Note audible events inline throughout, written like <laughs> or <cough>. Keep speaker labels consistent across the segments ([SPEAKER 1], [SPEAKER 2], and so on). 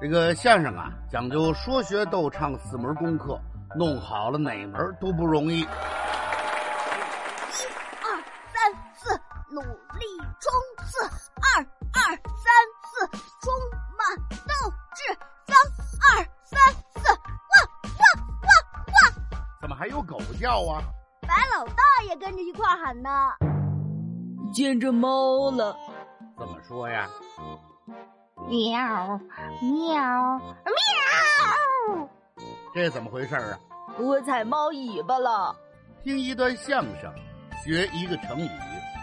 [SPEAKER 1] 这个相声啊，讲究说学逗唱四门功课，弄好了哪门儿都不容易。
[SPEAKER 2] 二三四，努力冲刺；二二三四，充满斗志；三二三四，汪汪汪汪！
[SPEAKER 1] 怎么还有狗叫啊？
[SPEAKER 2] 白老大也跟着一块儿喊呢。
[SPEAKER 3] 见着猫了，
[SPEAKER 1] 怎么说呀？
[SPEAKER 2] 喵喵喵！
[SPEAKER 1] 这怎么回事儿啊？
[SPEAKER 3] 我踩猫尾巴了。
[SPEAKER 1] 听一段相声，学一个成语，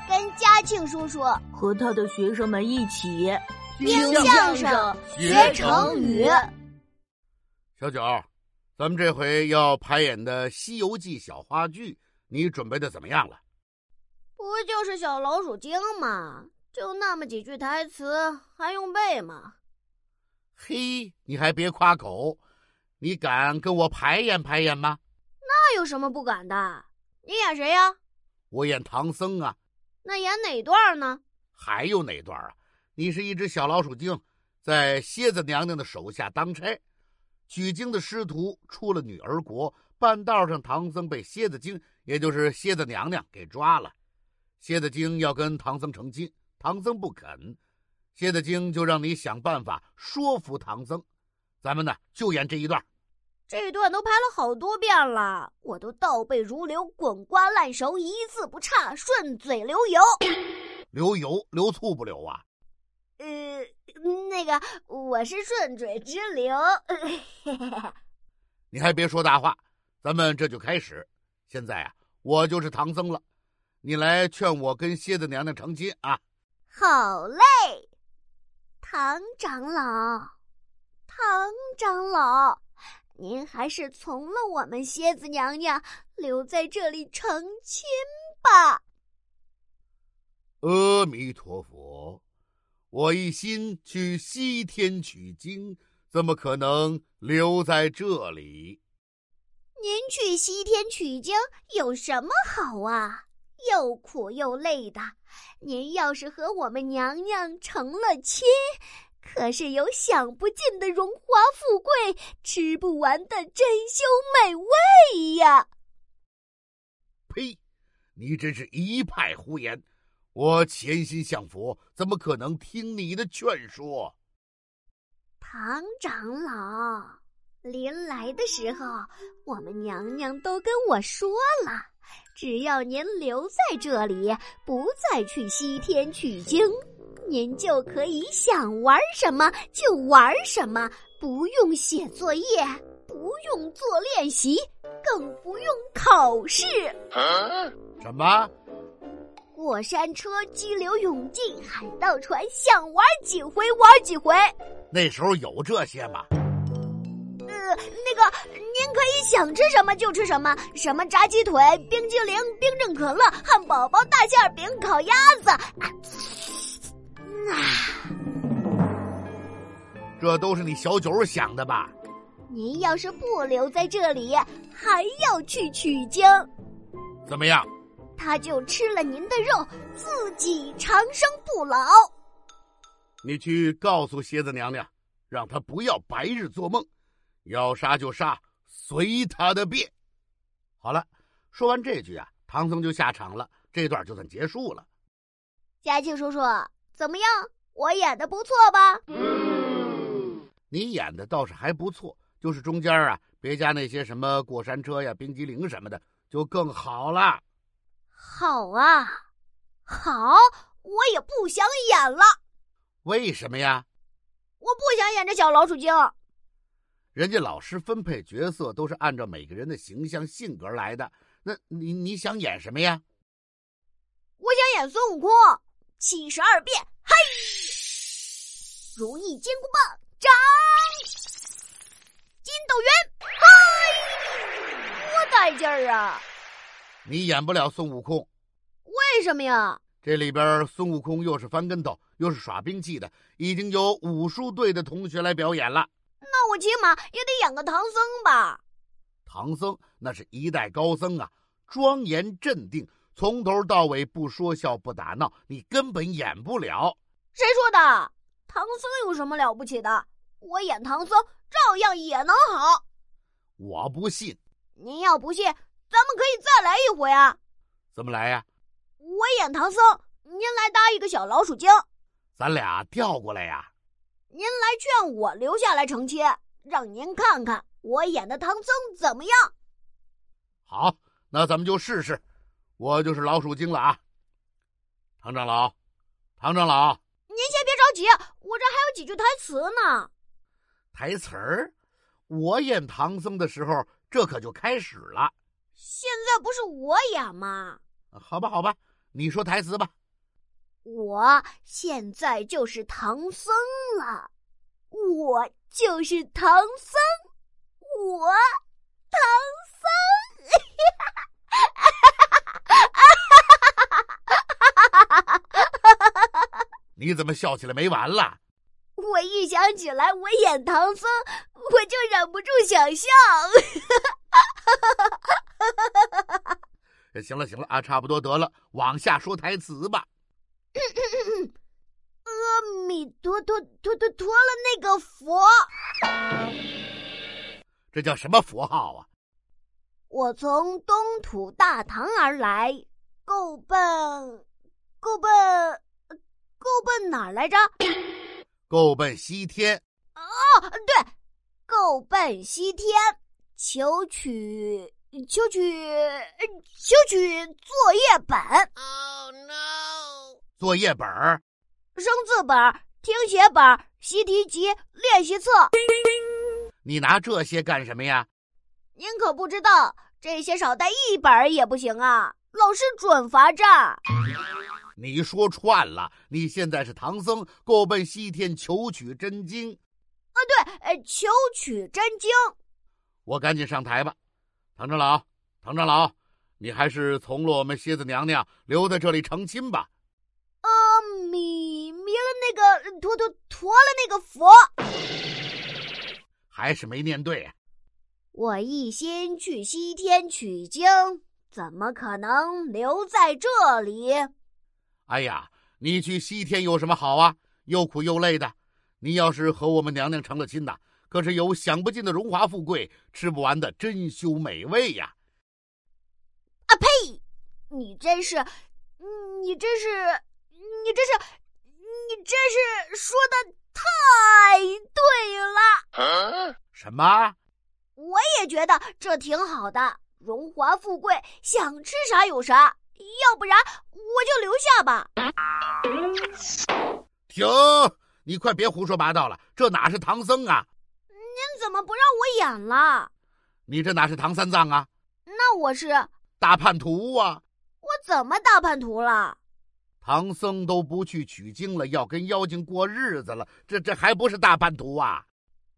[SPEAKER 2] 跟嘉庆叔叔
[SPEAKER 3] 和他的学生们一起
[SPEAKER 2] 听相声学成语。
[SPEAKER 1] 小九儿，咱们这回要排演的《西游记》小话剧，你准备的怎么样了？
[SPEAKER 2] 不就是小老鼠精吗？就那么几句台词，还用背吗？
[SPEAKER 1] 嘿，你还别夸口，你敢跟我排演排演吗？
[SPEAKER 2] 那有什么不敢的？你演谁呀？
[SPEAKER 1] 我演唐僧啊，
[SPEAKER 2] 那演哪段呢？
[SPEAKER 1] 还有哪段啊？你是一只小老鼠精，在蝎子娘娘的手下当差，取经的师徒出了女儿国，半道上唐僧被蝎子精，也就是蝎子娘娘给抓了。蝎子精要跟唐僧成亲，唐僧不肯，蝎子精就让你想办法说服唐僧。咱们呢就演这一段，
[SPEAKER 2] 这一段都排了好多遍了，我都倒背如流，滚瓜烂熟，一字不差，顺嘴流油。
[SPEAKER 1] 留油留醋不留啊？
[SPEAKER 2] 呃，那个我是顺嘴直流。 <laughs>
[SPEAKER 1] 你还别说大话，咱们这就开始。现在啊，我就是唐僧了，你来劝我跟蝎子娘娘成亲啊！
[SPEAKER 2] 好嘞，唐长老，唐长老，您还是从了我们蝎子娘娘，留在这里成亲吧。
[SPEAKER 1] 阿弥陀佛，我一心去西天取经，怎么可能留在这里？
[SPEAKER 2] 您去西天取经有什么好啊？又苦又累的。您要是和我们娘娘成了亲，可是有享不尽的荣华富贵，吃不完的珍馐美味呀！
[SPEAKER 1] 呸！你真是一派胡言！我潜心向佛，怎么可能听你的劝说？
[SPEAKER 2] 唐长老，临来的时候，我们娘娘都跟我说了，只要您留在这里，不再去西天取经，您就可以想玩什么就玩什么，不用写作业，不用做练习，更不用考试。
[SPEAKER 1] 什么？
[SPEAKER 2] 过山车、激流勇进、海盗船，想玩几回玩几回。
[SPEAKER 1] 那时候有这些吗？
[SPEAKER 2] 呃，那个，您可以想吃什么就吃什么，什么炸鸡腿、冰激凌、冰镇可乐、汉堡包、大馅儿饼、烤鸭子。啊嗯啊，
[SPEAKER 1] 这都是你小九儿想的吧？
[SPEAKER 2] 您要是不留在这里，还要去取经，
[SPEAKER 1] 怎么样？
[SPEAKER 2] 他就吃了您的肉，自己长生不老。
[SPEAKER 1] 你去告诉蝎子娘娘，让她不要白日做梦，要杀就杀，随她的便。好了，说完这句啊，唐僧就下场了，这段就算结束了。
[SPEAKER 2] 嘉庆叔叔，怎么样？我演的不错吧？
[SPEAKER 1] 你演的倒是还不错，就是中间啊，别加那些什么过山车呀、冰激凌什么的，就更好了。
[SPEAKER 2] 好啊，好，我也不想演了，
[SPEAKER 1] 为什么呀？
[SPEAKER 2] 我不想演这小老鼠精。
[SPEAKER 1] 人家老师分配角色都是按照每个人的形象、性格来的，那你你想演什么呀？
[SPEAKER 2] 我想演孙悟空，七十二变，嘿，如意金箍棒，掌，筋斗云，嘿，多带劲儿啊！
[SPEAKER 1] 你演不了孙悟空，
[SPEAKER 2] 为什么呀？
[SPEAKER 1] 这里边孙悟空又是翻跟头，又是耍兵器的，已经有武术队的同学来表演了。
[SPEAKER 2] 那我起码也得演个唐僧吧？
[SPEAKER 1] 唐僧那是一代高僧啊，庄严镇定，从头到尾不说笑不打闹，你根本演不了。
[SPEAKER 2] 谁说的？唐僧有什么了不起的？我演唐僧照样也能好。
[SPEAKER 1] 我不信，
[SPEAKER 2] 您要不信，咱们可以再来一回啊！
[SPEAKER 1] 怎么来呀、
[SPEAKER 2] 我演唐僧，您来搭一个小老鼠精，
[SPEAKER 1] 咱俩调过来呀、
[SPEAKER 2] 您来劝我留下来成亲，让您看看我演的唐僧怎么样。
[SPEAKER 1] 好，那咱们就试试，我就是老鼠精了啊！唐长老，唐长老，
[SPEAKER 2] 您先别着急，我这还有几句台词呢。
[SPEAKER 1] 台词儿，我演唐僧的时候，这可就开始了。
[SPEAKER 2] 现在不是我演吗？
[SPEAKER 1] 好吧，好吧，你说台词吧。
[SPEAKER 2] 我现在就是唐僧了，我就是唐僧，我唐
[SPEAKER 1] 你怎么笑起来没完了？
[SPEAKER 2] 僧。我一想起来我演唐僧，我就忍不住想笑。 <laughs>
[SPEAKER 1] 呃行了，行了啊，差不多得了，往下说台词吧。
[SPEAKER 2] 阿弥陀陀陀陀陀了那个佛，
[SPEAKER 1] 这叫什么佛号啊？
[SPEAKER 2] 我从东土大唐而来，够奔，够奔，呃够奔哪儿来着？
[SPEAKER 1] 够奔西天，
[SPEAKER 2] 啊，对，够奔西天，求取求取呃求取作业本、
[SPEAKER 1] 作业本儿，
[SPEAKER 2] 生字本、听写本、习题集、练习册。
[SPEAKER 1] 你拿这些干什么呀？
[SPEAKER 2] 您可不知道，这些少带一本儿也不行啊，老师准罚站。
[SPEAKER 1] 你说串了，你现在是唐僧，够奔西天求取真经。
[SPEAKER 2] 呃，求取真经，
[SPEAKER 1] 我赶紧上台吧。唐长老，唐长老，你还是从了我们蝎子娘娘，留在这里成亲吧。
[SPEAKER 2] 阿弥弥了那个陀陀陀了那个佛。
[SPEAKER 1] 还是没念对啊、
[SPEAKER 2] 我一心去西天取经，怎么可能留在这里？
[SPEAKER 1] 哎呀，你去西天有什么好啊？又苦又累的。你要是和我们娘娘成了亲呐，可是有享不尽的荣华富贵，吃不完的珍馐美味呀。
[SPEAKER 2] 你真是，你真是，你真是，你真是说的太对了！
[SPEAKER 1] 什么？
[SPEAKER 2] 我也觉得这挺好的，荣华富贵，想吃啥有啥，要不然我就留下吧。
[SPEAKER 1] 停！你快别胡说八道了，这哪是唐僧啊？
[SPEAKER 2] 您怎么不让我演了？
[SPEAKER 1] 你这哪是唐三藏啊？
[SPEAKER 2] 那我是我
[SPEAKER 1] 大叛徒啊！
[SPEAKER 2] 怎么大叛徒了？
[SPEAKER 1] 唐僧都不去取经了，要跟妖精过日子了，这这还不是大叛徒啊？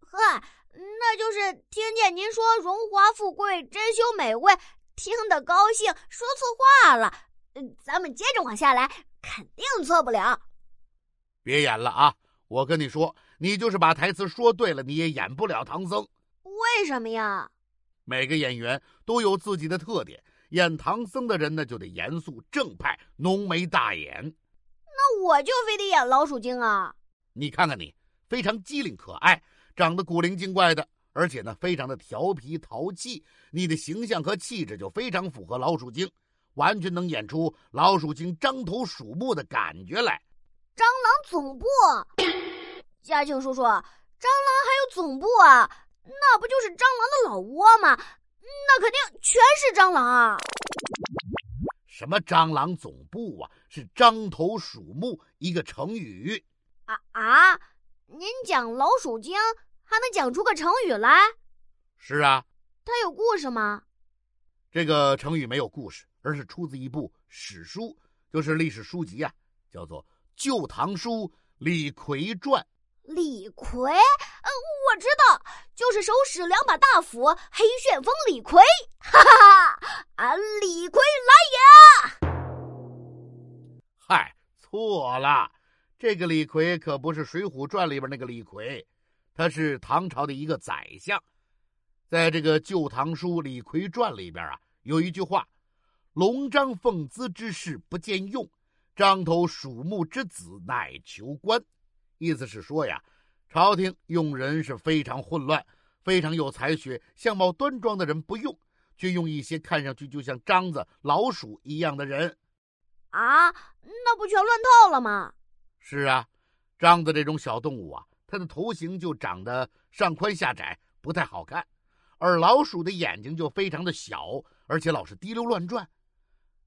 [SPEAKER 2] 嗨，那就是听见您说荣华富贵、珍馐美味，听得高兴，说错话了。嗯咱们接着往下来，肯定错不了。
[SPEAKER 1] 别演了啊！我跟你说，你就是把台词说对了，你也演不了唐僧。
[SPEAKER 2] 为什么呀？
[SPEAKER 1] 每个演员都有自己的特点，演唐僧的人呢就得严肃正派、浓眉大眼。
[SPEAKER 2] 那我就非得演老鼠精啊！
[SPEAKER 1] 你看看你，非常机灵可爱，长得古灵精怪的，而且呢非常的调皮淘气，你的形象和气质就非常符合老鼠精，完全能演出老鼠精张头鼠目的感觉来。
[SPEAKER 2] 总部，嘉庆叔叔，蟑螂还有总部啊？那不就是蟑螂的老窝吗？那肯定全是蟑螂啊！
[SPEAKER 1] 什么蟑螂总部啊，是张头鼠目一个成语。
[SPEAKER 2] 啊啊！您讲老鼠精还能讲出个成语来？
[SPEAKER 1] 是啊，
[SPEAKER 2] 它有故事吗？
[SPEAKER 1] 这个成语没有故事，而是出自一部史书，就是历史书籍啊，叫做《旧唐书·李逵传》。
[SPEAKER 2] 李逵，呃，我知道，就是手使两把大斧，黑旋风李逵，哈哈哈！啊，李逵
[SPEAKER 1] 嗨，错了，这个李逵可不是《水浒传》里边那个李逵，他是唐朝的一个宰相。在这个《旧唐书·李逵传》里边啊，有一句话：“龙章凤姿之士不见用，张头鼠目之子乃求官。”意思是说呀，朝廷用人是非常混乱，非常有才学、相貌端庄的人不用，却用一些看上去就像獐子、老鼠一样的人。
[SPEAKER 2] 啊，那不全乱套了吗？
[SPEAKER 1] 是啊，獐子这种小动物啊，它的头型就长得上宽下窄，不太好看；而老鼠的眼睛就非常的小，而且老是滴溜乱转。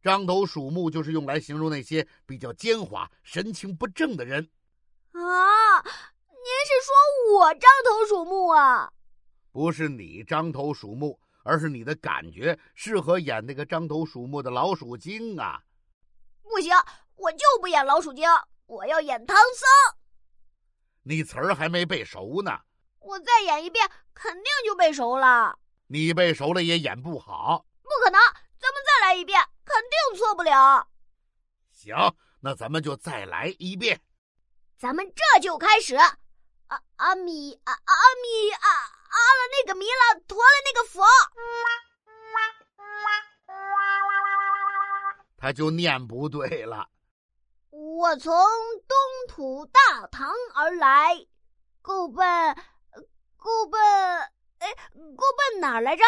[SPEAKER 1] 獐头鼠目就是用来形容那些比较奸猾、神情不正的人。
[SPEAKER 2] 啊，您是说我獐头鼠目啊？
[SPEAKER 1] 不是你獐头鼠目，而是你的感觉适合演那个獐头鼠目的老鼠精啊！
[SPEAKER 2] 不行，我就不演老鼠精，我要演唐僧。
[SPEAKER 1] 你词儿还没背熟呢，
[SPEAKER 2] 我再演一遍，肯定就背熟了。
[SPEAKER 1] 你背熟了也演不好。
[SPEAKER 2] 不可能，咱们再来一遍，肯定错不了。
[SPEAKER 1] 行，那咱们就再来一遍。
[SPEAKER 2] 咱们这就开始。阿阿弥阿阿弥阿阿了那个弥勒，陀了那个佛。
[SPEAKER 1] 他就念不对了。
[SPEAKER 2] 我从东土大唐而来，够奔，够奔，哎，够奔哪儿来着？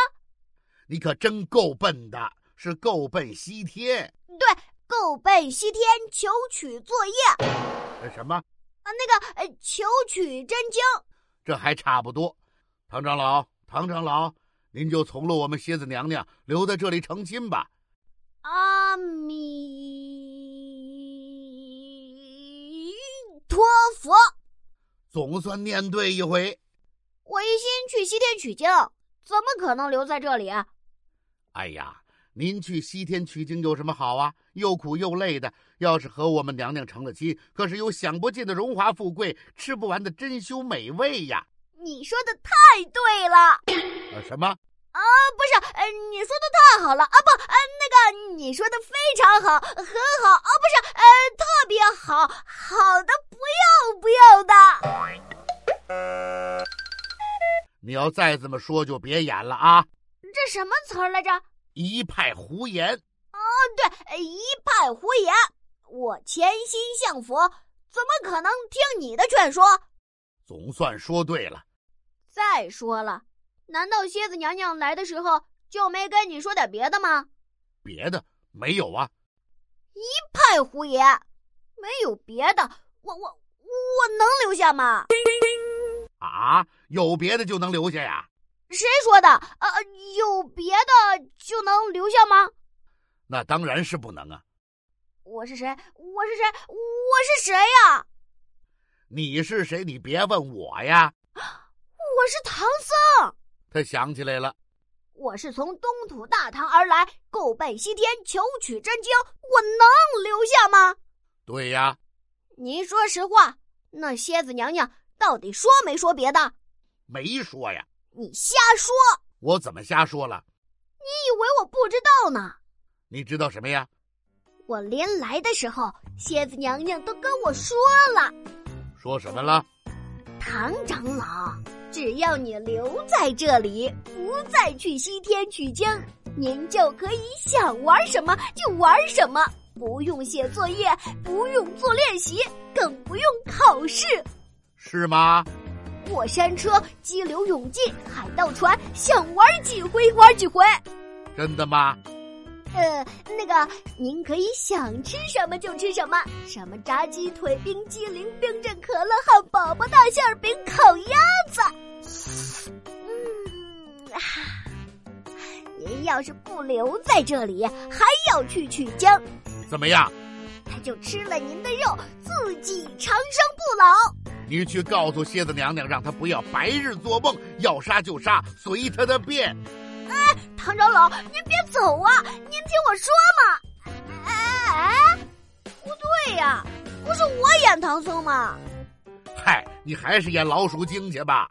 [SPEAKER 1] 你可真够笨的，是够奔西天。
[SPEAKER 2] 对，够奔西天求取作业
[SPEAKER 1] 呃什么？
[SPEAKER 2] 啊，那个呃，求取真经。
[SPEAKER 1] 这还差不多。唐长老，唐长老，您就从了我们蝎子娘娘，留在这里成亲吧。
[SPEAKER 2] 阿弥陀佛，
[SPEAKER 1] 总算念对一回。
[SPEAKER 2] 我一心去西天取经，怎么可能留在这里？啊
[SPEAKER 1] 哎呀，您去西天取经有什么好啊？又苦又累的，要是和我们娘娘成了亲，可是有享不尽的荣华富贵，吃不完的珍馐美味呀！
[SPEAKER 2] 你说的太对了，啊，
[SPEAKER 1] 呃，什么？
[SPEAKER 2] 不是，呃，你说的太好了啊，不，呃，那个你说的非常好，很好啊，不是，呃，特别好，好的不要不要的。
[SPEAKER 1] 你要再这么说，就别演了啊！
[SPEAKER 2] 这什么词儿来着？啊
[SPEAKER 1] 一派胡言。
[SPEAKER 2] 对，呃一派胡言。我潜心向佛，怎么可能听你的劝说？
[SPEAKER 1] 总算说对了。
[SPEAKER 2] 再说了，难道蝎子娘娘来的时候就没跟你说点别的吗？
[SPEAKER 1] 别的没有啊，
[SPEAKER 2] 太胡言，没有别的，我我我能留下吗？
[SPEAKER 1] 啊，有别的就能留下呀？
[SPEAKER 2] 谁说的？呃，有别的就能留下吗？
[SPEAKER 1] 那当然是不能啊！
[SPEAKER 2] 我是谁？我是谁？我是谁呀、
[SPEAKER 1] 你是谁？你别问我呀。
[SPEAKER 2] 我是唐僧，
[SPEAKER 1] 他想起来了，
[SPEAKER 2] 我是从东土大唐而来，够奔西天求取真经，我能留下吗？
[SPEAKER 1] 对呀，
[SPEAKER 2] 您说实话，那蝎子娘娘到底说没说别的？
[SPEAKER 1] 没说呀，
[SPEAKER 2] 你瞎说，
[SPEAKER 1] 我怎么瞎说了？
[SPEAKER 2] 你以为我不知道呢？
[SPEAKER 1] 你知道什么呀？
[SPEAKER 2] 我临来的时候，蝎子娘娘都跟我说，
[SPEAKER 1] 说什么了？
[SPEAKER 2] 唐长老，只要你留在这里，不再去西天取经，您就可以想玩什么就玩什么，不用写作业，不用做练习，更不用考试。
[SPEAKER 1] 是吗？
[SPEAKER 2] 过山车、激流勇进、海盗船，想玩几回玩几回。
[SPEAKER 1] 真的吗？
[SPEAKER 2] 呃，那个，您可以想吃什么就吃什么，什么炸鸡腿、冰激凌、冰镇可乐、汉堡包、大馅儿饼、烤鸭子。嗯，啊，您要是不留在这里，还要去取经，
[SPEAKER 1] 怎么样？
[SPEAKER 2] 他就吃了您的肉，自己长生不老。
[SPEAKER 1] 你去告诉蝎子娘娘，让她不要白日做梦，要杀就杀，随她的便。
[SPEAKER 2] 唐长老，您别走啊！您听我说嘛。哎哎哎，不对呀、不是我演唐僧吗？
[SPEAKER 1] 嗨，你还是演老鼠精去吧。